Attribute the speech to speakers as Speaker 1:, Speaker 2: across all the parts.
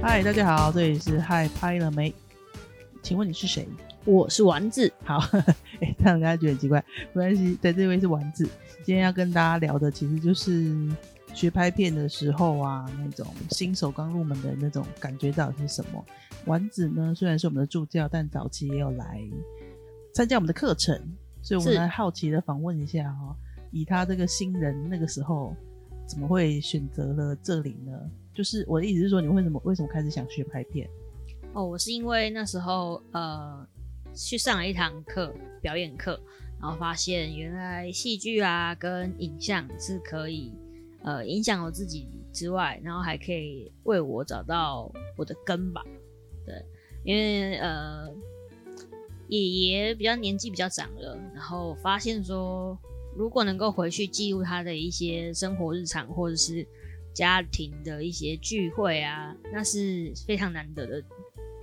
Speaker 1: 嗨，大家好，这里是嗨拍了没？请问你是谁？
Speaker 2: 我是丸子，
Speaker 1: 好， 哎、欸，让大家觉得很奇怪，没关系。对，这位是丸子，今天要跟大家聊的其实就是学拍片的时候啊，那种新手刚入门的那种感觉到底是什么。丸子呢，虽然是我们的助教，但早期也有来参加我们的课程，所以我们
Speaker 2: 是
Speaker 1: 来好奇的访问一下哈、哦，以他这个新人那个时候怎么会选择了这里呢？就是我的意思是说，你为什么为什么开始想学拍片？
Speaker 2: 哦，我是因为那时候呃去上了一堂课，表演课，然后发现原来戏剧啊跟影像是可以呃影响我自己之外，然后还可以为我找到我的根吧。对，因为呃爷爷比较年纪比较长了，然后发现说如果能够回去记录他的一些生活日常或者是家庭的一些聚会啊，那是非常难得的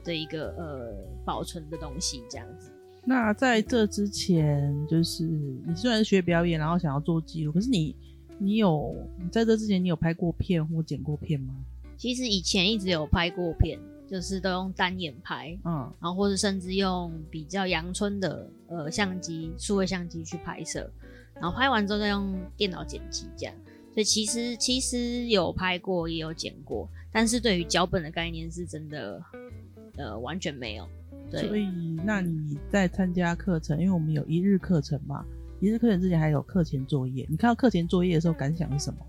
Speaker 2: 的一个呃保存的东西，这样子。
Speaker 1: 那在这之前，就是你虽然是学表演，然后想要做记录，可是你你有你在这之前，你有拍过片或剪过片吗？
Speaker 2: 其实以前一直有拍过片，就是都用单眼拍，
Speaker 1: 嗯，
Speaker 2: 然后或者甚至用比较阳春的呃相机、数位相机去拍摄，然后拍完之后再用电脑剪辑这样。所以其实其实有拍过，也有剪过，但是对于脚本的概念是真的呃完全没有。
Speaker 1: 所
Speaker 2: 对，
Speaker 1: 以那你在参加课程，因为我们有一日课程嘛，嗯一日课程之前还有课前作业。你看到课前作业的时候，感想是什么？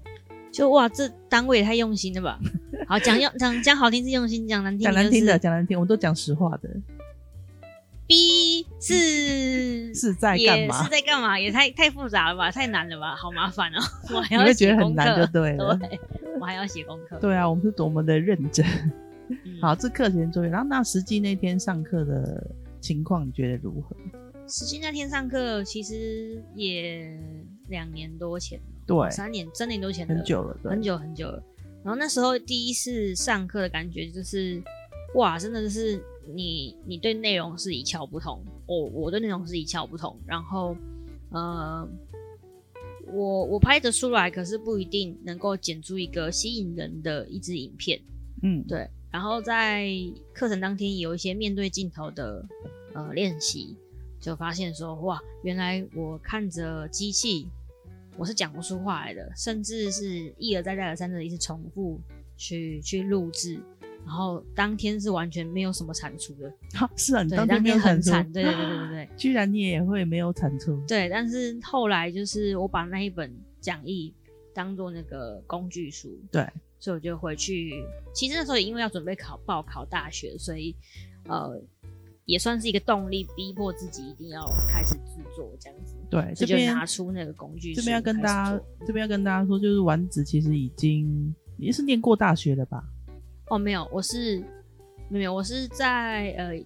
Speaker 2: 就哇，这单位也太用心了吧！好讲用讲讲好听是用心，讲难听
Speaker 1: 讲难听的，
Speaker 2: 就是
Speaker 1: 讲难听，我都讲实话的，
Speaker 2: 逼 是
Speaker 1: 是在干
Speaker 2: 也
Speaker 1: 嘛
Speaker 2: 是？在干嘛？也太太复杂了吧，太难了吧，好麻烦哦、我还
Speaker 1: 你
Speaker 2: 要
Speaker 1: 会觉得
Speaker 2: 写
Speaker 1: 很
Speaker 2: 功课
Speaker 1: 难就对了。
Speaker 2: 对， 我还要写功课。
Speaker 1: 对啊，我们是多么的认真。
Speaker 2: 嗯
Speaker 1: 好，，这课前作业，然后那实际那天上课的情况，你觉得如何？
Speaker 2: 实际那天上课其实也两年多前了，
Speaker 1: 对
Speaker 2: 三年三年多前了
Speaker 1: 很久了，对，
Speaker 2: 很久很久了。然后那时候第一次上课的感觉就是，哇，真的就是你你对内容是一窍不通，我我对内容是一窍不通。然后，呃，我我拍得出来，可是不一定能够剪出一个吸引人的一支影片。
Speaker 1: 嗯，
Speaker 2: 对，然后在课程当天有一些面对镜头的呃练习，就发现说哇，原来我看着机器，我是讲不出话来的，甚至是一而再再而三的一直重复去去录制，然后当天是完全没有什么产出的，
Speaker 1: 啊是啊，你
Speaker 2: 对，
Speaker 1: 当
Speaker 2: 当
Speaker 1: 没有
Speaker 2: 天很
Speaker 1: 产出，
Speaker 2: 惨，对对对对对对。
Speaker 1: 居然你也会没有产出，
Speaker 2: 对，但是后来就是我把那一本讲义当做那个工具书，
Speaker 1: 对，
Speaker 2: 所以我就回去。其实那时候也因为要准备考报考大学，所以呃，也算是一个动力，逼迫自己一定要开始制作这样子。
Speaker 1: 对，
Speaker 2: 所
Speaker 1: 这
Speaker 2: 以就
Speaker 1: 边
Speaker 2: 拿出那个工具书
Speaker 1: 这边要跟大
Speaker 2: 开
Speaker 1: 家
Speaker 2: 始做
Speaker 1: 这边要跟大家说，就是丸子其实已经也是念过大学的吧？
Speaker 2: 哦，没有，我是没有，我是在呃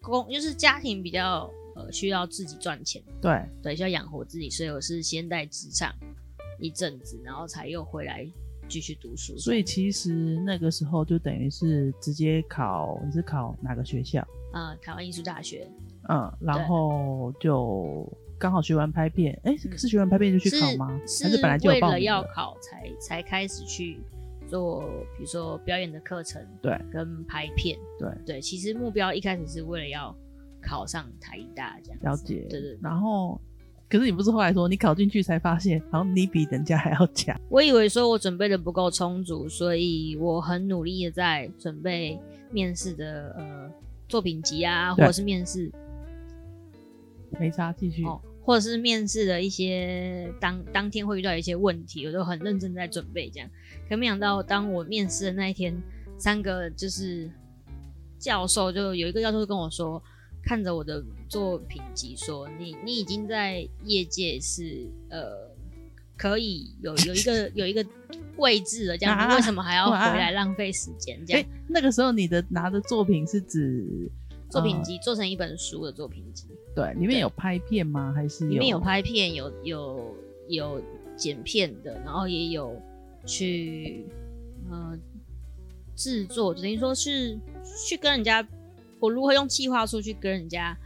Speaker 2: 公，就是家庭比较呃需要自己赚钱。
Speaker 1: 对，
Speaker 2: 对，需要养活自己，所以我是先在职场一阵子，然后才又回来继续读书。
Speaker 1: 所以其实那个时候就等于是直接考，你是考哪个学校？
Speaker 2: 呃，台湾艺术大学
Speaker 1: 嗯，然
Speaker 2: 对
Speaker 1: 后就刚好学完拍片，哎，是
Speaker 2: 嗯
Speaker 1: 是学完拍片就去
Speaker 2: 是
Speaker 1: 考吗？
Speaker 2: 是
Speaker 1: 还是本来就有
Speaker 2: 为
Speaker 1: 报
Speaker 2: 了
Speaker 1: 名
Speaker 2: 要
Speaker 1: 的
Speaker 2: 考才才开始去做，比如说表演的课程，
Speaker 1: 对，
Speaker 2: 跟拍片，
Speaker 1: 对
Speaker 2: 对。其实目标一开始是为了要考上台大这样子。
Speaker 1: 了解，
Speaker 2: 对对对
Speaker 1: 然后，可是你不是后来说你考进去才发现，好像你比人家还要强，
Speaker 2: 我以为说我准备的不够充足，所以我很努力的在准备面试的呃作品集啊，或
Speaker 1: 对
Speaker 2: 者是面试
Speaker 1: 没差，继续。
Speaker 2: 哦，或者是面试的一些当当天会遇到一些问题，我都很认真在准备这样。可没想到，当我面试的那一天，三个就是教授就有一个教授就跟我说，看着我的作品集说，你你已经在业界是呃可以有有一个有一个位置了，这样
Speaker 1: 啊
Speaker 2: 你为什么还要
Speaker 1: 哇
Speaker 2: 回来浪费时间这
Speaker 1: 哎、
Speaker 2: 样？
Speaker 1: 那个时候你的拿的作品是指
Speaker 2: 作
Speaker 1: 哦
Speaker 2: 品集做成一本书的作品集，
Speaker 1: 对，里面
Speaker 2: 对
Speaker 1: 有拍片吗？还是
Speaker 2: 里面有？拍片，有有有剪片的，然后也有去呃制作，等于说是去跟人家，我如何用计划书去跟人家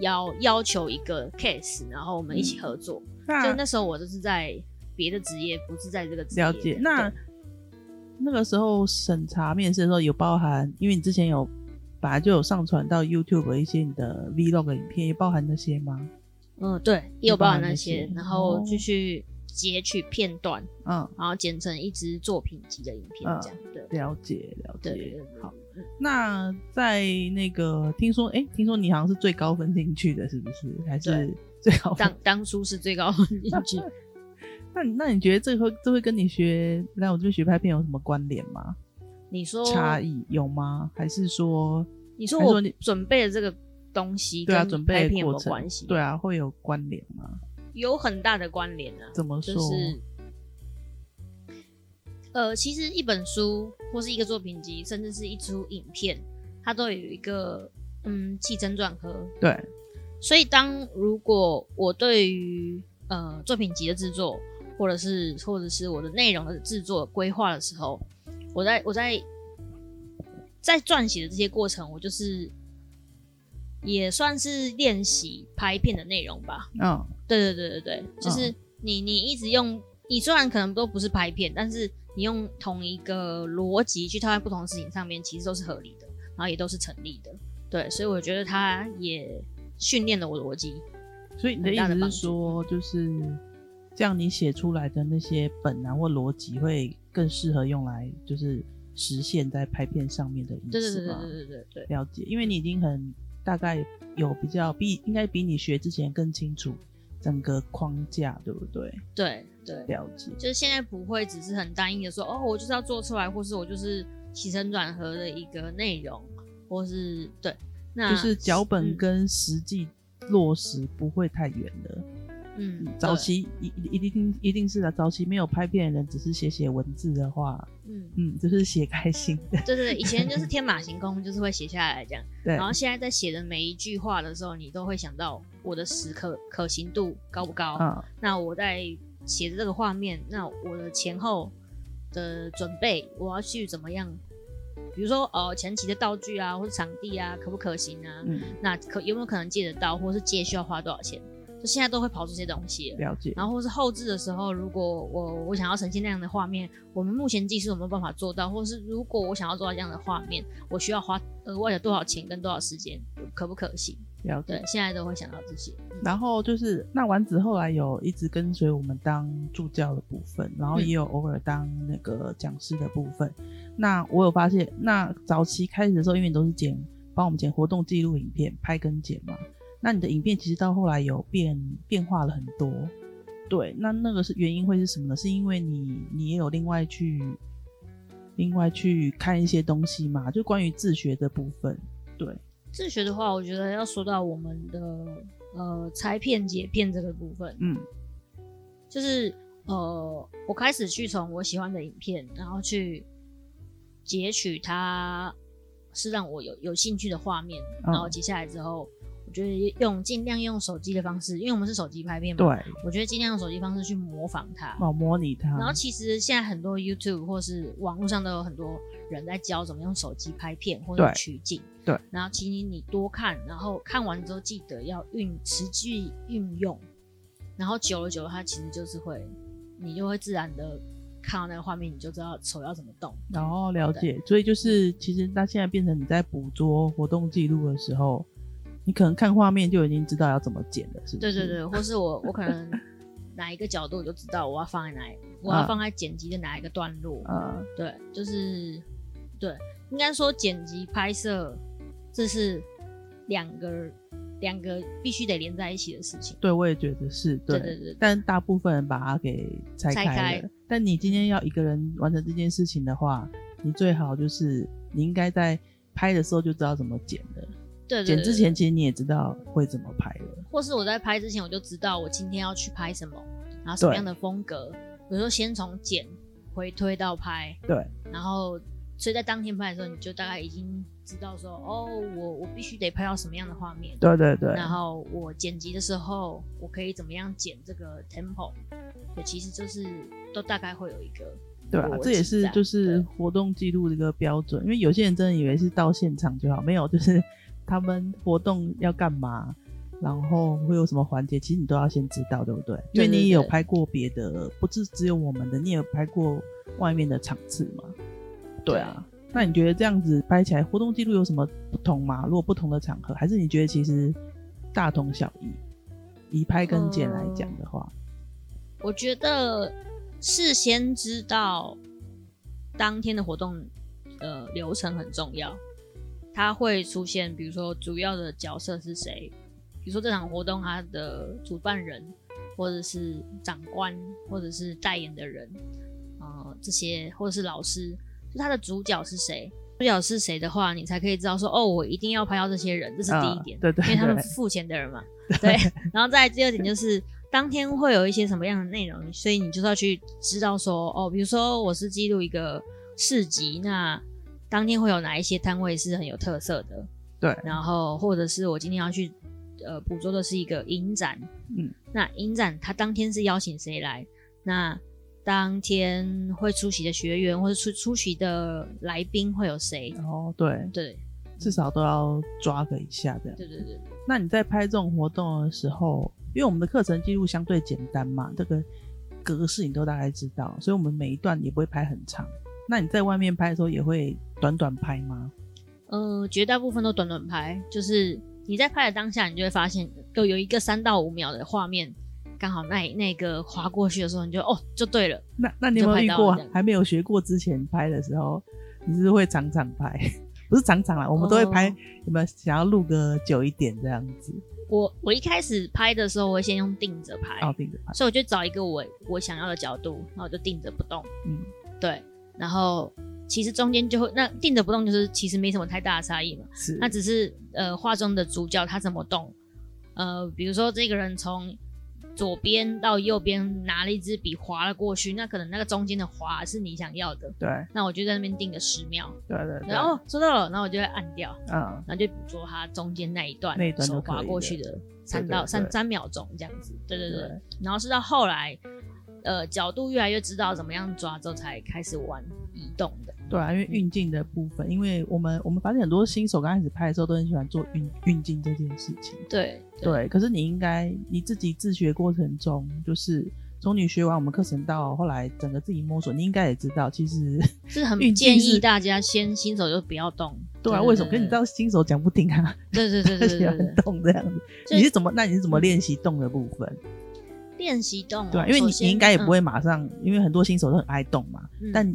Speaker 2: 要要求一个 case，然后我们一起合作。就
Speaker 1: 嗯那
Speaker 2: 那时候我就是在别的职业，不是在这个职业。
Speaker 1: 了解。那
Speaker 2: 对
Speaker 1: 那个时候审查面试的时候有包含，因为你之前有本来就有上传到 YouTube 的一些你的 Vlog 影片，也包含那些吗？
Speaker 2: 嗯，对，也有包含那些
Speaker 1: 包含那些，
Speaker 2: 然后
Speaker 1: 哦
Speaker 2: 就去截取片段，
Speaker 1: 嗯，
Speaker 2: 然后剪成一支作品集的影片
Speaker 1: 嗯
Speaker 2: 这样。对
Speaker 1: 了解了
Speaker 2: 对对
Speaker 1: 解。
Speaker 2: 对，对
Speaker 1: 好，那在那个听说，哎、听说你好像是最高分进去的，是不是？还是最高分？
Speaker 2: 当当初是最高分进 去。
Speaker 1: 那你那你觉得这会这会跟你学来我这边学拍片有什么关联吗？
Speaker 2: 你说
Speaker 1: 差异
Speaker 2: 哦
Speaker 1: 有吗？还是说
Speaker 2: 你说
Speaker 1: 还是
Speaker 2: 我
Speaker 1: 说你
Speaker 2: 准备的这个东西
Speaker 1: 对啊，
Speaker 2: 跟
Speaker 1: 准
Speaker 2: 拍
Speaker 1: 备
Speaker 2: 片
Speaker 1: 的过
Speaker 2: 有没有
Speaker 1: 程
Speaker 2: 关系？
Speaker 1: 对，啊，会有关联吗？
Speaker 2: 有很大的关联啊，
Speaker 1: 怎么说？
Speaker 2: 就是呃，其实一本书或是一个作品集，甚至是一出影片，它都有一个嗯起承转合。
Speaker 1: 对，
Speaker 2: 所以当如果我对于呃作品集的制作，或者是或者是我的内容的制作规划的时候，我在我在在撰写的这些过程，我就是也算是练习拍片的内容吧。
Speaker 1: 嗯，
Speaker 2: 对对对对对，就是你你一直用，你虽然可能都不是拍片，但是你用同一个逻辑去套在不同的事情上面，其实都是合理的，然后也都是成立的。对，所以我觉得他也训练了我的逻辑。
Speaker 1: 所以你的意
Speaker 2: 很大的
Speaker 1: 思
Speaker 2: 帮
Speaker 1: 是
Speaker 2: 助嗯
Speaker 1: 说，就是这样，你写出来的那些本啊或逻辑会更适合用来就是实现在拍片上面的意思吗？
Speaker 2: 对对对对对对对对，
Speaker 1: 了解，因为你已经很大概有比较比应该比你学之前更清楚整个框架，对不对？
Speaker 2: 对对，
Speaker 1: 了解，
Speaker 2: 就是现在不会只是很单一的说，哦，我就是要做出来，或是我就是起承转合的一个内容，或是对，那
Speaker 1: 就是脚本
Speaker 2: 嗯
Speaker 1: 跟实际落实不会太远了。
Speaker 2: 嗯
Speaker 1: 早
Speaker 2: 对
Speaker 1: 期一一一定一定是的，早期没有拍片的人，只是写写文字的话，
Speaker 2: 嗯，
Speaker 1: 嗯，就是写开心的，
Speaker 2: 对对对，以前就是天马行空，就是会写下来这样。
Speaker 1: 对
Speaker 2: 然，后现在在写的每一句话的时候，你都会想到我的时可可行度高不高？
Speaker 1: 啊，
Speaker 2: 那我在写的这个画面，那我的前后的准备，我要去怎么样？比如说，呃，前期的道具啊，或者场地啊，可不可行啊？
Speaker 1: 嗯，
Speaker 2: 那可有没有可能借得到，或是借需要花多少钱？就现在都会跑出这些东西了。
Speaker 1: 了解，
Speaker 2: 然后或是后置的时候，如果我我想要呈现那样的画面，我们目前技术有没有办法做到？或是如果我想要做到这样的画面，我需要花额外的多少钱跟多少时间，可不可行？
Speaker 1: 了解。
Speaker 2: 对，现在都会想到这些。
Speaker 1: 然后就是那丸子后来有一直跟随我们当助教的部分，然
Speaker 2: 嗯
Speaker 1: 后也有偶尔当那个讲师的部分。那我有发现，那早期开始的时候，因为你都是剪帮我们剪活动记录影片、拍跟剪嘛，那你的影片其实到后来有变变化了很多。对，那那个是原因会是什么呢？是因为你你也有另外去另外去看一些东西嘛，就关于自学的部分。
Speaker 2: 自学的话，我觉得要说到我们的呃拆片解片这个部分，
Speaker 1: 嗯
Speaker 2: 就是呃，我开始去从我喜欢的影片，然后去截取它是让我有有兴趣的画面，
Speaker 1: 嗯
Speaker 2: 然后接下来之后，我觉得用尽量用手机的方式，因为我们是手机拍片
Speaker 1: 对
Speaker 2: 嘛，，我觉得尽量用手机方式去模仿它。
Speaker 1: 我模拟它。
Speaker 2: 然后其实现在很多 YouTube 或是网络上都有很多人在教怎么用手机拍片或者
Speaker 1: 对
Speaker 2: 取景。
Speaker 1: 对
Speaker 2: 然后请你你多看，然后看完之后记得要运实际运用，然后久了久了，它其实就是会，你就会自然的看到那个画面，你就知道手要怎么动。
Speaker 1: 然后了解，所以就是其实那现在变成你在捕捉活动记录的时候，你可能看画面就已经知道要怎么剪了，是不
Speaker 2: 对
Speaker 1: 是？
Speaker 2: 对对，或是我我 可能哪一个角度我就知道我要放在哪里，我要
Speaker 1: 啊
Speaker 2: 放在剪辑的哪一个段落。
Speaker 1: 呃，
Speaker 2: 对，就是对，应该说剪辑拍摄，这是两个两个必须得连在一起的事情。
Speaker 1: 对我也觉得是对
Speaker 2: 对对对对
Speaker 1: 但大部分人把它给拆开了。
Speaker 2: 拆开
Speaker 1: 但你今天要一个人完成这件事情的话，你最好就是你应该在拍的时候就知道怎么剪了，
Speaker 2: 对对
Speaker 1: 剪
Speaker 2: 对
Speaker 1: 之前，其实你也知道会怎么拍了。
Speaker 2: 或是我在拍之前我就知道我今天要去拍什么，然后什么
Speaker 1: 对
Speaker 2: 样的风格，比如说先从剪回推到拍，
Speaker 1: 对，
Speaker 2: 然后所以在当天拍的时候，你就大概已经知道说，哦，我我必须得拍到什么样的画面。
Speaker 1: 对对对，
Speaker 2: 然后我剪辑的时候，我可以怎么样剪这个 tempo？对，其实就是都大概会有一个
Speaker 1: 对啊
Speaker 2: 逻，
Speaker 1: 这也
Speaker 2: 辑
Speaker 1: 是
Speaker 2: 在
Speaker 1: 就是活动记录的一个标准，因为有些人真的以为是到现场就好，没有，就是他们活动要干嘛，然后会有什么环节，其实你都要先知道，对不对？因为
Speaker 2: 对对
Speaker 1: 你也有
Speaker 2: 对
Speaker 1: 拍过别的，不是只有我们的，你也有拍过外面的场次嘛。对啊。那你觉得这样子拍起来活动记录有什么不同吗？如果不同的场合，还是你觉得其实大同小异？以拍跟剪来讲的话，
Speaker 2: 我觉得事先知道当天的活动呃流程很重要，它会出现，比如说主要的角色是谁，比如说这场活动它的主办人，或者是长官，或者是代言的人，呃，这些或者是老师，就它的主角是谁。主角是谁的话，你才可以知道说，哦，我一定要拍到这些人，这是第一
Speaker 1: 嗯
Speaker 2: 点，
Speaker 1: 对对
Speaker 2: 因为他们
Speaker 1: 对
Speaker 2: 是付钱 的人嘛，对。然后再来第二点就是，当天会有一些什么样的内容，所以你就是要去知道说，哦，比如说我是记录一个市集，那当天会有哪一些摊位是很有特色的，
Speaker 1: 对，
Speaker 2: 然后或者是我今天要去呃捕捉的是一个影展，
Speaker 1: 嗯，
Speaker 2: 那影展它当天是邀请谁来？那当天会出席的学员或者出出席的来宾会有谁？
Speaker 1: 然后对，
Speaker 2: 对
Speaker 1: 至少都要抓个一下这样。
Speaker 2: 对对对，
Speaker 1: 那你在拍这种活动的时候，因为我们的课程记录相对简单嘛，这个格式你都大概知道，所以我们每一段也不会拍很长。那你在外面拍的时候也会短短拍吗？
Speaker 2: 呃，绝大部分都短短拍，就是你在拍的当下，你就会发现有有一个三到五秒的画面，刚好那那个划过去的时候，你就哦就对了。
Speaker 1: 那那你有没有
Speaker 2: 就
Speaker 1: 遇
Speaker 2: 拍到
Speaker 1: 过
Speaker 2: 这样
Speaker 1: 还没有学过之前拍的时候，你是不是会常常拍？不是常常啦，我们都会拍，
Speaker 2: 哦
Speaker 1: 有没有想要录个久一点这样子？
Speaker 2: 我我一开始拍的时候，我会先用定着拍，
Speaker 1: 哦，定着拍，
Speaker 2: 所以我就找一个我我想要的角度，然后我就定着不动。
Speaker 1: 嗯，
Speaker 2: 对，然后其实中间就会那定着不动，就是其实没什么太大的差异嘛。
Speaker 1: 是，
Speaker 2: 那只是呃画中的主角他怎么动，呃，比如说这个人从左边到右边拿了一支笔划了过去，那可能那个中间的划是你想要的，
Speaker 1: 对
Speaker 2: 那我就在那边定个十秒，
Speaker 1: 对对对，
Speaker 2: 然后哦收到了，然后我就会按掉，
Speaker 1: 嗯，
Speaker 2: 然后就捕捉他中间那一段
Speaker 1: 那一段
Speaker 2: 手
Speaker 1: 就可以
Speaker 2: 划过去
Speaker 1: 了
Speaker 2: 的三
Speaker 1: 对
Speaker 2: 到
Speaker 1: 对
Speaker 2: 三
Speaker 1: 对
Speaker 2: 三秒钟这样子，对对对
Speaker 1: 对，
Speaker 2: 然后是到后来。呃，角度越来越知道怎么样抓之后，才开始玩移动的。
Speaker 1: 对啊，因为
Speaker 2: 嗯
Speaker 1: 运镜的部分，因为我们我们发现很多新手刚开始拍的时候都很喜欢做运运镜这件事情。
Speaker 2: 对
Speaker 1: 对，可是你应该你自己自学过程中，就是从你学完我们课程到后来整个自己摸索，你应该也知道，其 实
Speaker 2: 是很
Speaker 1: 运
Speaker 2: 建
Speaker 1: 镜
Speaker 2: 议
Speaker 1: 是
Speaker 2: 大家先新手就不要动。
Speaker 1: 对啊，为什么？可是你知道新手讲不听啊，
Speaker 2: 对对对
Speaker 1: 他
Speaker 2: 对
Speaker 1: 喜
Speaker 2: 对对
Speaker 1: 欢
Speaker 2: 对，
Speaker 1: 动这样子。
Speaker 2: 就
Speaker 1: 你是怎么？那你是怎么练习动的部分？
Speaker 2: 练习动哦、
Speaker 1: 对啊，因为你
Speaker 2: 首先
Speaker 1: 你应该也不、
Speaker 2: 嗯
Speaker 1: 会马上，因为很多新手都很爱动嘛。
Speaker 2: 嗯
Speaker 1: 但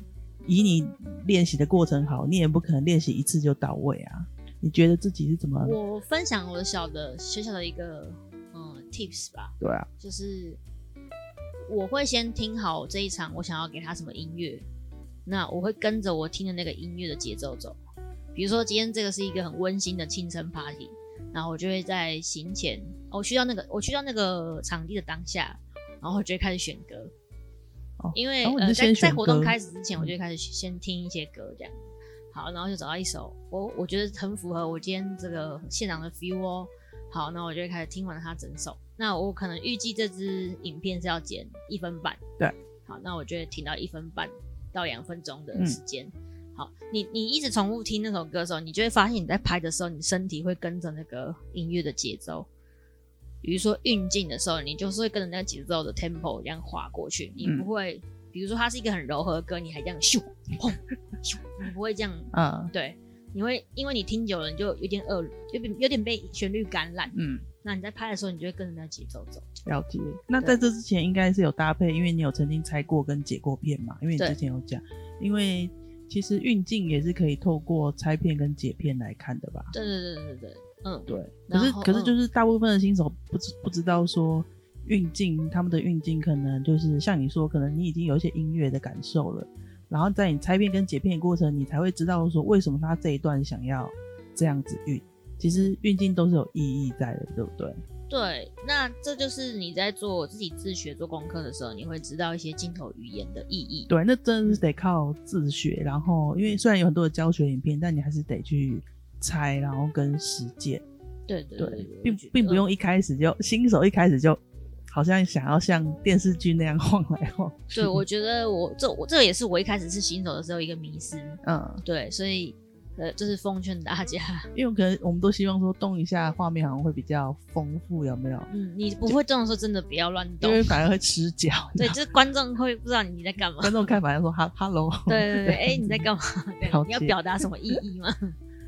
Speaker 1: 以你练习的过程好，你也不可能练习一次就到位啊。你觉得自己是怎么？
Speaker 2: 我分享我的小的小小的一个嗯 tips 吧，
Speaker 1: 对啊，
Speaker 2: 就是我会先听好这一场我想要给他什么音乐，那我会跟着我听的那个音乐的节奏走。比如说今天这个是一个很温馨的庆生 party，然后我就会在行前，哦我去到那个我去到那个场地的当下，然后我就会开始选歌，
Speaker 1: 哦
Speaker 2: 因为、
Speaker 1: 哦你
Speaker 2: 呃
Speaker 1: 是
Speaker 2: 在
Speaker 1: 先
Speaker 2: 在
Speaker 1: 选
Speaker 2: 活动
Speaker 1: 歌嗯
Speaker 2: 开始之前，我就会开始先听一些歌这样。好，然后就找到一首我我觉得很符合我今天这个现场的 feel 哦。好，那我就会开始听完它整首。那我可能预计这支影片是要剪一分半，
Speaker 1: 对。
Speaker 2: 好，那我就会听到一分半到两分钟的
Speaker 1: 嗯
Speaker 2: 时间。好，你你一直重复听那首歌的时候，你就会发现你在拍的时候，你身体会跟着那个音乐的节奏。比如说运镜的时候，你就是会跟着那个节奏的 tempo 这样划过去，你不
Speaker 1: 嗯
Speaker 2: 会，比如说它是一个很柔和的歌，你还这样咻砰咻，你不会这样
Speaker 1: 嗯
Speaker 2: 对，你会因为你听久了，你就有点耳，有点有点被旋律感染。
Speaker 1: 嗯。
Speaker 2: 那你在拍的时候，你就会跟着那节奏走。
Speaker 1: 了解。那
Speaker 2: 对
Speaker 1: 在这之前应该是有搭配，因为你有曾经拆过跟解过片嘛，因为你
Speaker 2: 对
Speaker 1: 之前有讲，因为其实运镜也是可以透过拆片跟解片来看的吧？
Speaker 2: 对对对对对，嗯，
Speaker 1: 对。可
Speaker 2: 然
Speaker 1: 是
Speaker 2: 后
Speaker 1: 可是
Speaker 2: 嗯
Speaker 1: 就是大部分的新手不知不知道说运镜他们的运镜可能就是像你说，可能你已经有一些音乐的感受了，然后在你拆片跟解片的过程，你才会知道说为什么他这一段想要这样子运。其实运镜都是有意义在的，对不对？
Speaker 2: 对。那这就是你在做自己自学做功课的时候，你会知道一些镜头语言的意义。
Speaker 1: 对，那真
Speaker 2: 嗯
Speaker 1: 的是得靠自学。然后，因为虽然有很多的教学影片，但你还是得去猜，然后跟实践。
Speaker 2: 对对
Speaker 1: 对，
Speaker 2: 对，
Speaker 1: 并并不。
Speaker 2: 嗯我觉得
Speaker 1: 用一开始就新手一开始就好像想要像电视剧那样 晃来晃去。
Speaker 2: 对，我觉得我这我这个也是我一开始是新手的时候一个迷失。
Speaker 1: 嗯，
Speaker 2: 对，所以。呃，就是奉劝大家，
Speaker 1: 因为可能我们都希望说动一下画面好像会比较丰富，有没有？
Speaker 2: 嗯，你不会动的时候真的不要乱
Speaker 1: 因
Speaker 2: 动，
Speaker 1: 为反而会吃脚。
Speaker 2: 对，就是观众会不知道你在干 嘛。
Speaker 1: 观众看反而说哈 hello。
Speaker 2: 对对对，哎、你在干嘛？对
Speaker 1: 哦 了
Speaker 2: 你要
Speaker 1: 解
Speaker 2: 表达什么意义吗？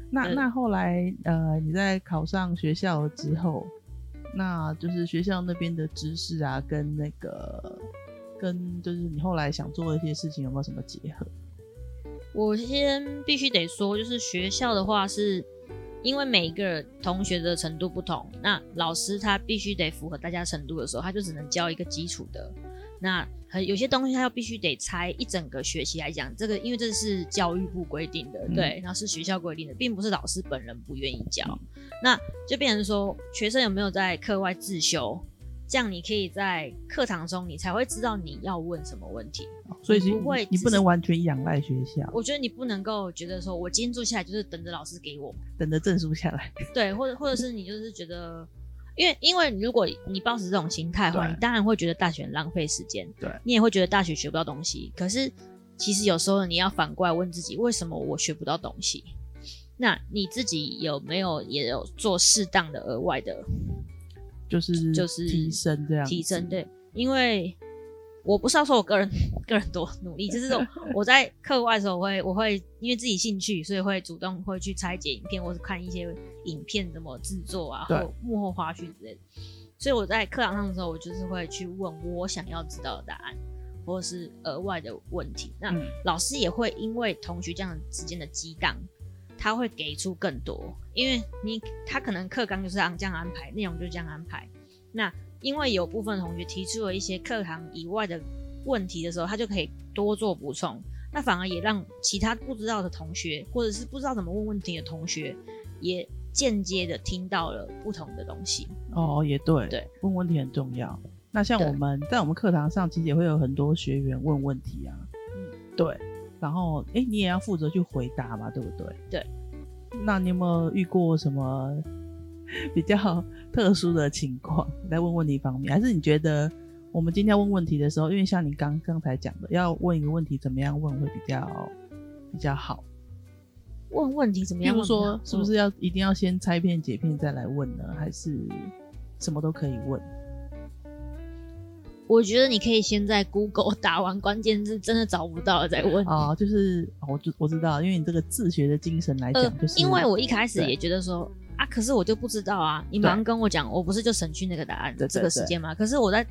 Speaker 1: 那
Speaker 2: 对
Speaker 1: 那后来呃，你在考上学校之后，那就是学校那边的知识啊，跟那个跟就是你后来想做的一些事情有没有什么结合？
Speaker 2: 我先必须得说，就是学校的话是。因为每一个同学的程度不同，那老师他必须得符合大家程度的时候，他就只能教一个基础的。那很有些东西他要必须得拆一整个学期来讲，这个因为这是教育部规定的，
Speaker 1: 嗯
Speaker 2: 对，然后是学校规定的，并不是老师本人不愿意教。那就变成说，学生有没有在课外自修？这样你可以在课堂中，你才会知道你要问什么问题。
Speaker 1: 所以是
Speaker 2: 嗯不会
Speaker 1: 你
Speaker 2: 只
Speaker 1: 不能
Speaker 2: 是
Speaker 1: 完全仰赖学校，
Speaker 2: 我觉得你不能够觉得说，我今天坐下来就是等着老师给我，
Speaker 1: 等着证书下来。
Speaker 2: 对，或者或者是你就是觉得，因为因为如果你抱持这种心态的话，
Speaker 1: 对
Speaker 2: 你当然会觉得大学很浪费时间，
Speaker 1: 对
Speaker 2: 你也会觉得大学学不到东西。可是其实有时候你要反过来问自己，为什么我学不到东西？那你自己有没有也有做适当的额外的
Speaker 1: 就是
Speaker 2: 就是
Speaker 1: 提升这样子，
Speaker 2: 提升，对，因为我不是要说我个人个人多努力，就是说我在课外的时候，我会我会因为自己兴趣，所以会主动会去拆解影片，或是看一些影片怎么制作啊，
Speaker 1: 对
Speaker 2: 或幕后花絮之类的。所以我在课堂上的时候，我就是会去问我想要知道的答案，或者是额外的问题。那、
Speaker 1: 嗯，
Speaker 2: 老师也会因为同学这样之间的激荡，他会给出更多，因为你他可能课纲就是这样这样安排，内容就这样安排。那因为有部分同学提出了一些课堂以外的问题的时候，他就可以多做补充，那反而也让其他不知道的同学，或者是不知道怎么问问题的同学，也间接的听到了不同的东西。
Speaker 1: 哦，也对，
Speaker 2: 对，
Speaker 1: 问问题很重要。那像
Speaker 2: 对
Speaker 1: 我们在我们课堂上，其实也会有很多学员问问题啊，
Speaker 2: 嗯
Speaker 1: 对，然后哎、诶你也要负责去回答嘛，对不对？
Speaker 2: 对。
Speaker 1: 那你有没有遇过什么 比较特殊的情况在问问题方面？还是你觉得我们今天要问问题的时候，因为像你刚刚才讲的，要问一个问题怎么样问会比较比较好？
Speaker 2: 问问题怎啊嗯么
Speaker 1: 比
Speaker 2: 样
Speaker 1: 如
Speaker 2: 问比较好？
Speaker 1: 说，是不是要一定要先拆片解片再来问呢？还是什么都可以问？
Speaker 2: 我觉得你可以先在 Google 打完关键字，真的找不到了再 问。
Speaker 1: 哦，就是哦我知我知道，因为你这个自学的精神来讲，
Speaker 2: 呃
Speaker 1: 就是，
Speaker 2: 因为我一开始
Speaker 1: 对
Speaker 2: 也觉得说啊，可是我就不知道啊，你马上跟我讲，我不是就省去那个答案
Speaker 1: 对对
Speaker 2: 这个时间吗？可是我在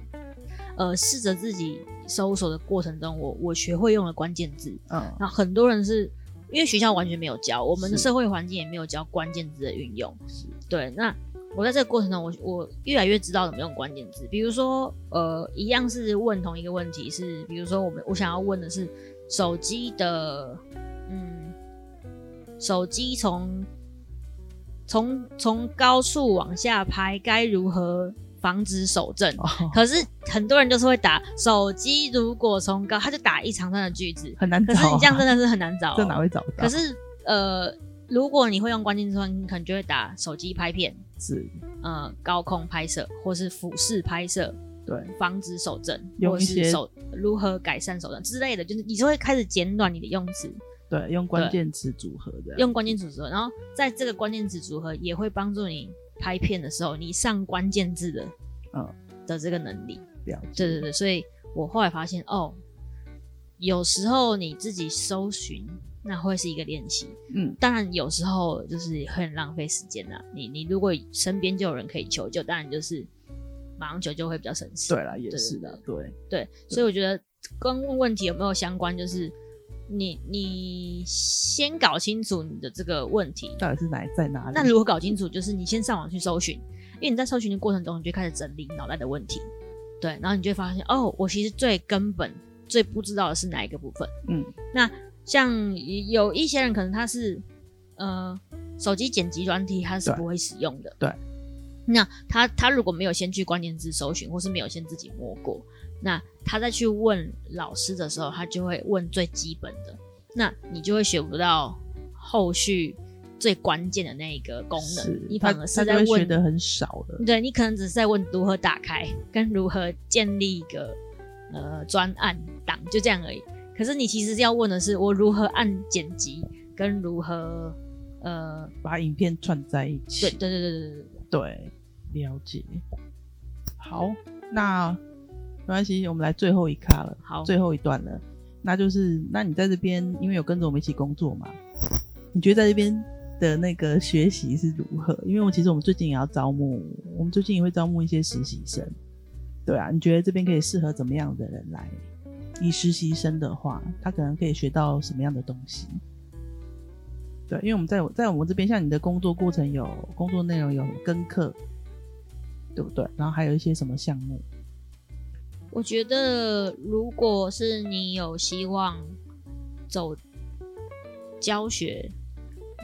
Speaker 2: 呃试着自己搜索的过程中，我我学会用了关键字，
Speaker 1: 嗯
Speaker 2: 那很多人是因为学校完全没有教，我们的
Speaker 1: 是
Speaker 2: 社会环境也没有教关键字的运用。对，那我在这个过程中，我我越来越知道怎么用关键字。比如说，呃，一样是问同一个问题是，比如说我们我想要问的是手机的，嗯，手机从从从高处往下拍该如何防止手震？
Speaker 1: 哦
Speaker 2: 可是很多人就是会打手机，如果从高，他就打一长串的句子，
Speaker 1: 很难
Speaker 2: 可
Speaker 1: 找、
Speaker 2: 是你这样真
Speaker 1: 的、
Speaker 2: 的是很难找、
Speaker 1: 哦
Speaker 2: 哦
Speaker 1: 这哪？会找得到？
Speaker 2: 可是呃，如果你会用关键字的话，你可能就会打手机拍片，
Speaker 1: 是
Speaker 2: 呃，高空拍摄或是俯视拍摄，
Speaker 1: 对，
Speaker 2: 防止手震，
Speaker 1: 用
Speaker 2: 或
Speaker 1: 一些
Speaker 2: 是手如何改善手震之类的，就是你就会开始简短你的用词，
Speaker 1: 对，啊用关键词组合的，
Speaker 2: 用关键词组合，然后在这个关键词组合也会帮助你拍片的时候，你上关键字的，
Speaker 1: 嗯
Speaker 2: 的这个能力。
Speaker 1: 了
Speaker 2: 对
Speaker 1: 解，
Speaker 2: 对对，所以我后来发现哦，有时候你自己搜寻，那会是一个练习。
Speaker 1: 嗯，
Speaker 2: 当然，有时候就是很浪费时间啦。你你如果身边就有人可以求救，当然就是马上求救会比较省事。
Speaker 1: 对了，也是的，对，
Speaker 2: 对，所以我觉得跟问问题有没有相关，就是你你先搞清楚你的这个问题。
Speaker 1: 到底是哪在哪里？
Speaker 2: 那如果搞清楚，就是你先上网去搜寻，因为你在搜寻的过程中，你就开始整理脑袋的问题，对，然后你就会发现，哦，我其实最根本、最不知道的是哪一个部分。
Speaker 1: 嗯，
Speaker 2: 像有一些人可能他是，呃，手机剪辑软体他是
Speaker 1: 对
Speaker 2: 不会使用的，
Speaker 1: 对。
Speaker 2: 那他他如果没有先去关键字搜寻，或是没有先自己摸过，那他再去问老师的时候，他就会问最基本的，那你就会学不到后续最关键的那一个功能
Speaker 1: 是，
Speaker 2: 你
Speaker 1: 他
Speaker 2: 反而
Speaker 1: 他
Speaker 2: 是
Speaker 1: 就
Speaker 2: 在
Speaker 1: 会学
Speaker 2: 问
Speaker 1: 的很少了，
Speaker 2: 对你可能只是在问如何打开，跟如何建立一个呃专案档，就这样而已。可是你其实要问的是，我如何按剪辑，跟如何呃，
Speaker 1: 把影片串在一起。
Speaker 2: 对对对对对对对，
Speaker 1: 对，了解。好，那没关系，我们来最后一咖了，
Speaker 2: 好，
Speaker 1: 最后一段了。那就是，那你在这边，因为有跟着我们一起工作嘛，你觉得在这边的那个学习是如何？因为我其实我们最近也要招募，我们最近也会招募一些实习生。对啊，你觉得这边可以适合怎么样的人来？以实习生的话，他可能可以学到什么样的东西？对，因为我们在我在我们这边，像你的工作过程有工作内容有跟课，对不对？然后还有一些什么项目？
Speaker 2: 我觉得如果是你有希望走教学，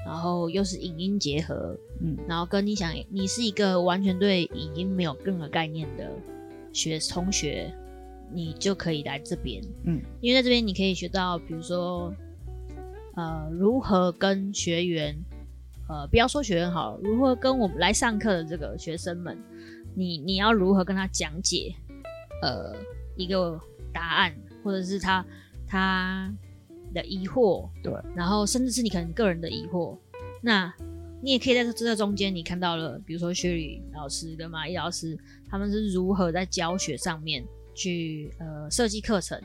Speaker 2: 然后又是影音结合，
Speaker 1: 嗯
Speaker 2: 然后跟你想，你是一个完全对影音没有任何概念的学同学，你就可以来这边，
Speaker 1: 嗯，
Speaker 2: 因为在这边你可以学到，比如说，呃，如何跟学员，呃，不要说学员好了，如何跟我们来上课的这个学生们，你你要如何跟他讲解，呃，一个答案，或者是他他的疑惑，
Speaker 1: 对，
Speaker 2: 然后甚至是你可能个人的疑惑，那你也可以在这这中间，你看到了，比如说薛宇老师跟马伊老师，他们是如何在教学上面去呃设计课程。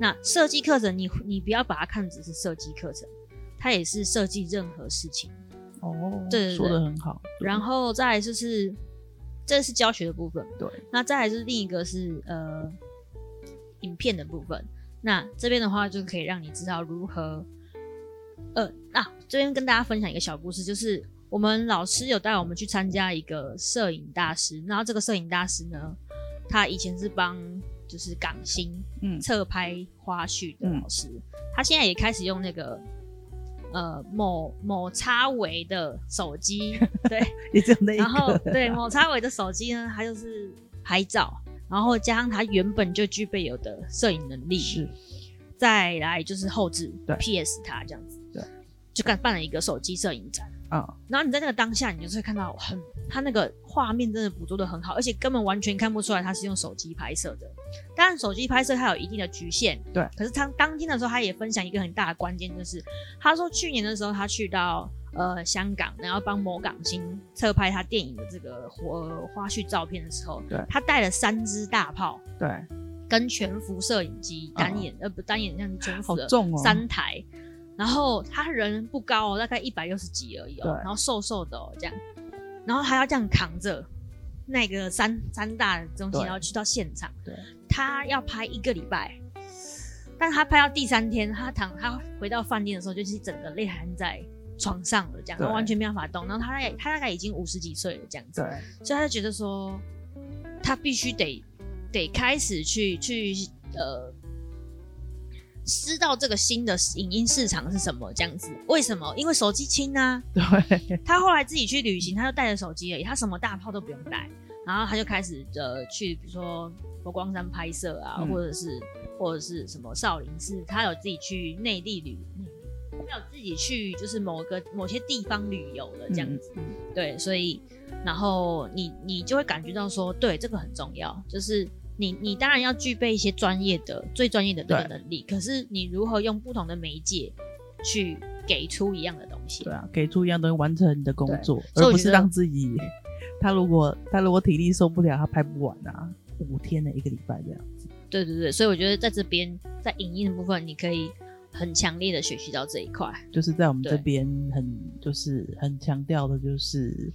Speaker 2: 那设计课程你，你不要把它看只是设计课程，它也是设计任何事情。
Speaker 1: 哦，
Speaker 2: 对对对
Speaker 1: 说的很好。对
Speaker 2: 然后再来就是，这是教学的部分。
Speaker 1: 对，
Speaker 2: 那再来就是另一个是呃影片的部分。那这边的话就可以让你知道如何，呃，那、啊、这边跟大家分享一个小故事，就是我们老师有带我们去参加一个摄影大师，然后这个摄影大师呢，他以前是帮就是港星
Speaker 1: 嗯
Speaker 2: 侧拍花絮的老师，他现在也开始用那个。呃，某某叉维的手机，对，
Speaker 1: 也只有那一个。
Speaker 2: 然后 对某叉伟的手机呢，它就是拍照，然后加上它原本就具备有的摄影能力，
Speaker 1: 是，
Speaker 2: 再来就是后置
Speaker 1: 对
Speaker 2: PS 它这样子，
Speaker 1: 对，
Speaker 2: 就干办了一个手机摄影展。
Speaker 1: 啊，
Speaker 2: 然后你在那个当下，你就是会看到很，他那个画面真的捕捉的很好，而且根本完全看不出来他是用手机拍摄的。当然，手机拍摄它有一定的局限，
Speaker 1: 对。
Speaker 2: 可是他当天的时候，他也分享一个很大的关键，就是他说去年的时候，他去到呃香港，然后帮某港星侧拍他电影的这个呃花絮照片的时候，
Speaker 1: 对
Speaker 2: 他带了三支大炮
Speaker 1: 对，
Speaker 2: 跟全幅摄影机单眼、呃不单眼像是全
Speaker 1: 嗯
Speaker 2: 幅
Speaker 1: 好
Speaker 2: 的
Speaker 1: 重哦。
Speaker 2: 三台，然后他人不高哦，大概一百六十几而已哦
Speaker 1: 对，
Speaker 2: 然后瘦瘦的哦这样，然后还要这样扛着那个三三大的东西，
Speaker 1: 对
Speaker 2: 然后去到现场，
Speaker 1: 对，
Speaker 2: 他要拍一个礼拜，但他拍到第三天，他躺他回到饭店的时候，就是整个累瘫在床上了这样，
Speaker 1: 对
Speaker 2: 他完全没办法动，然后他大概他大概已经五十几岁了这样子，
Speaker 1: 对，
Speaker 2: 所以他就觉得说，他必须得得开始去去呃，知道这个新的影音市场是什么这样子。为什么？因为手机 轻啊。
Speaker 1: 对，
Speaker 2: 他后来自己去旅行，他就带着手机而已，他什么大炮都不用带。然后他就开始呃去，比如说佛光山拍摄啊，
Speaker 1: 嗯
Speaker 2: 或者是或者是什么少林寺，他有自己去内地旅，内地他有自己去就是某个某些地方旅游了这样子。
Speaker 1: 嗯，嗯
Speaker 2: 对，所以然后你你就会感觉到说，对，这个很重要，就是你你当然要具备一些专业的最专业的这个
Speaker 1: 对
Speaker 2: 能力，可是你如何用不同的媒介去给出一样的东西
Speaker 1: 对？啊，给出一样东西完成你的工作，
Speaker 2: 对所
Speaker 1: 而
Speaker 2: 以我
Speaker 1: 不
Speaker 2: 觉
Speaker 1: 是
Speaker 2: 得
Speaker 1: 让自己。 他如果他如果体力受不了，他拍不完啊，五天的一个礼拜这样。
Speaker 2: 对对对，所以我觉得在这边在影音的部分，你可以很强烈的学习到这一块。
Speaker 1: 就是在我们这
Speaker 2: 对
Speaker 1: 边很就是很强调的，就是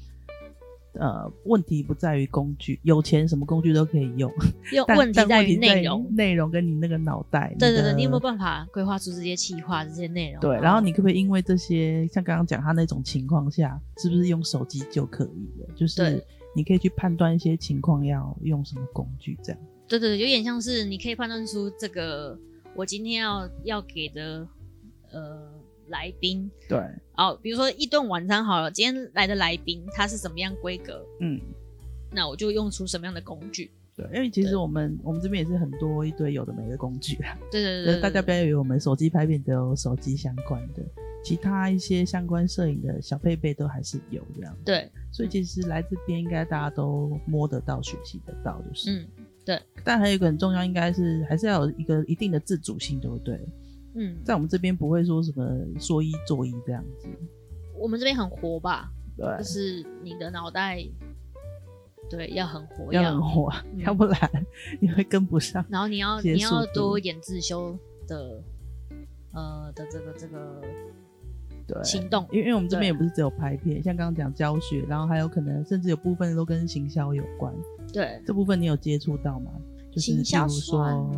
Speaker 1: 呃，问题不在于工具，有钱什么工具都可以用，
Speaker 2: 用
Speaker 1: 但
Speaker 2: 问题
Speaker 1: 但
Speaker 2: 在
Speaker 1: 问
Speaker 2: 于
Speaker 1: 题
Speaker 2: 内容，
Speaker 1: 内容跟你那个脑袋。
Speaker 2: 对对
Speaker 1: 的
Speaker 2: 对，你有没有办法规划出这些企划、这些内容？
Speaker 1: 对，然后你可不可以因为这些，像刚刚讲他那种情况下，是不是用手机就可以了？就是
Speaker 2: 对
Speaker 1: 你可以去判断一些情况要用什么工具，这样。
Speaker 2: 对对对，有点像是你可以判断出这个我今天要要给的呃来宾
Speaker 1: 对，
Speaker 2: 哦，比如说一顿晚餐好了，今天来的来宾他是什么样规格，
Speaker 1: 嗯，
Speaker 2: 那我就用出什么样的工具。
Speaker 1: 对，因为其实
Speaker 2: 对
Speaker 1: 我们我们这边也是很多一堆有的没的工具啦。
Speaker 2: 对对
Speaker 1: 对
Speaker 2: 对对，
Speaker 1: 大家不
Speaker 2: 要
Speaker 1: 要以为我们手机拍片只有手机相关的，其他一些相关摄影的小配备都还是有这样。
Speaker 2: 对，
Speaker 1: 所以其实来这边应该大家都摸得到、学习得到，就是。
Speaker 2: 嗯
Speaker 1: 但还有一个很重要，应该是还是要有一个一定的自主性，对不对？
Speaker 2: 嗯，
Speaker 1: 在我们这边不会说什么说一做一这样子。
Speaker 2: 我们这边很活吧，
Speaker 1: 对，
Speaker 2: 就是你的脑袋，对，要很活
Speaker 1: 要
Speaker 2: 跃，
Speaker 1: 很活，
Speaker 2: 嗯
Speaker 1: 要不然你会跟不 上。
Speaker 2: 然后你要
Speaker 1: 结
Speaker 2: 你要
Speaker 1: 束度
Speaker 2: 多一点自修的，呃的这个这个
Speaker 1: 对，
Speaker 2: 行动，
Speaker 1: 因为因为我们这边也
Speaker 2: 对
Speaker 1: 不是只有拍片，像刚刚讲教学，然后还有可能甚至有部分都跟行销有关。
Speaker 2: 对，
Speaker 1: 这部分你有接触到吗？就是
Speaker 2: 行
Speaker 1: 譬
Speaker 2: 销
Speaker 1: 如
Speaker 2: 算
Speaker 1: 说，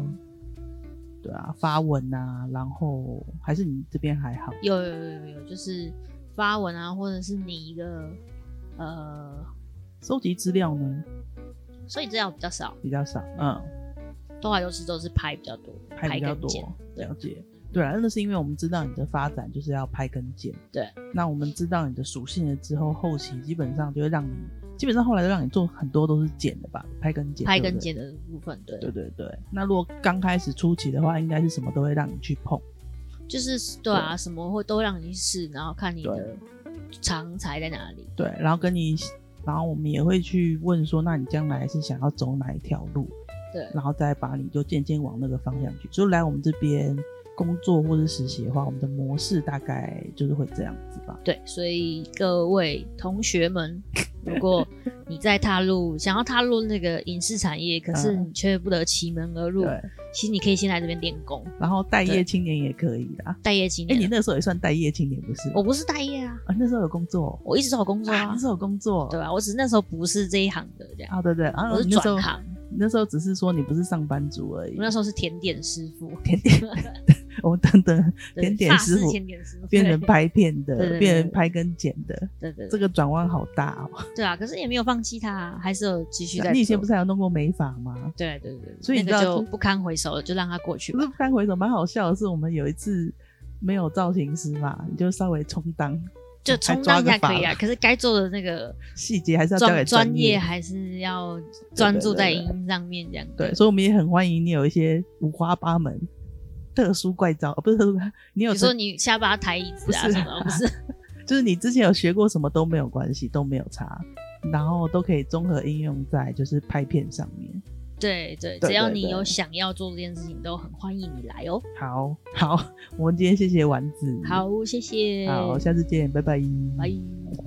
Speaker 1: 对啊，发文啊，然后还是你这边还好，
Speaker 2: 有有有有有，就是发文啊，或者是你一个呃，
Speaker 1: 收集资料呢
Speaker 2: 所以资料比较少，
Speaker 1: 比较少，嗯，
Speaker 2: 都还都是都是拍比较多，
Speaker 1: 拍比较
Speaker 2: 跟
Speaker 1: 多
Speaker 2: 剪，对
Speaker 1: 了解。对啊，那是因为我们知道你的发展就是要拍跟剪，
Speaker 2: 对。
Speaker 1: 那我们知道你的属性了之后，后期基本上就会让你，基本上后来都让你做很多都是剪的吧，拍跟剪，
Speaker 2: 拍
Speaker 1: 对不
Speaker 2: 跟
Speaker 1: 对
Speaker 2: 剪的部分，对，
Speaker 1: 对对对，那如果刚开始初期的话，应该是什么都会让你去碰。
Speaker 2: 就是对啊，什么会都让你去试，然后看你的
Speaker 1: 对
Speaker 2: 长才在哪里，
Speaker 1: 对，然后跟你，然后我们也会去问说，那你将来是想要走哪一条路，
Speaker 2: 对
Speaker 1: 然后再把你就渐渐往那个方向去。就来我们这边工作或者实习的话，我们的模式大概就是会这样子吧。
Speaker 2: 对，所以各位同 学们，如果你在踏入想要踏入那个影视产业，可是
Speaker 1: 嗯
Speaker 2: 你却不得其门而入，
Speaker 1: 对，
Speaker 2: 其实你可以先来这边练功，
Speaker 1: 然后待业
Speaker 2: 对
Speaker 1: 青年也可以啦。
Speaker 2: 待业经
Speaker 1: 哎、你
Speaker 2: 验。
Speaker 1: 那时候也算待业青年不是？
Speaker 2: 我不是待业啊，
Speaker 1: 啊，那时候有工作，
Speaker 2: 我一直都有工作
Speaker 1: 啊，
Speaker 2: 啊
Speaker 1: 那，时候有工作，
Speaker 2: 对吧、我只是那时候不是这一行的，这样，
Speaker 1: 啊，对对，然后
Speaker 2: 我是
Speaker 1: 你那时候
Speaker 2: 转行，嗯
Speaker 1: 你那时候只是说你不是上班族而已
Speaker 2: 我。那时候是甜点师傅，
Speaker 1: 甜 点，我们等等
Speaker 2: 对
Speaker 1: 甜点
Speaker 2: 法
Speaker 1: 师
Speaker 2: 式
Speaker 1: 傅
Speaker 2: 甜点师傅
Speaker 1: 变成
Speaker 2: 对
Speaker 1: 拍片的，
Speaker 2: 对对对
Speaker 1: 变成拍跟剪的，
Speaker 2: 对对
Speaker 1: 这
Speaker 2: 对
Speaker 1: 个转弯好大哦！
Speaker 2: 对啊，可是也没有放弃他啊，还是有继续在 做。
Speaker 1: 你以前不是还有弄过美发吗？
Speaker 2: 对对对，
Speaker 1: 所以你
Speaker 2: 那个
Speaker 1: 知道
Speaker 2: 就不堪回首了，就让他过去
Speaker 1: 不
Speaker 2: 吧
Speaker 1: 是。翻回首蛮好笑的是，我们有一次没有造型师嘛，你就稍微充当，
Speaker 2: 就
Speaker 1: 还
Speaker 2: 充
Speaker 1: 抓
Speaker 2: 当一
Speaker 1: 个
Speaker 2: 下
Speaker 1: 发
Speaker 2: 可以啊，
Speaker 1: 廊
Speaker 2: 可是该做的那个
Speaker 1: 细节还是要交给
Speaker 2: 专专
Speaker 1: 业
Speaker 2: 业还是要专注在
Speaker 1: 对对
Speaker 2: 影音上面这样。
Speaker 1: 对，所以我们也很欢迎你有一些五花八门、特殊怪招，呃不是特殊怪，你
Speaker 2: 比
Speaker 1: 有
Speaker 2: 如说你下巴抬椅子啊
Speaker 1: 不是
Speaker 2: 什么，不是？
Speaker 1: 就是你之前有学过什么都没有关系，都没有差，然后都可以综合应用在就是拍片上面。
Speaker 2: 对对，
Speaker 1: 对
Speaker 2: 只要
Speaker 1: 对
Speaker 2: 你
Speaker 1: 对
Speaker 2: 有想要做这件事情，都很欢迎你来哦。
Speaker 1: 好好，我们今天谢谢丸子，
Speaker 2: 好，谢谢，
Speaker 1: 好，下次见，拜拜，
Speaker 2: 拜。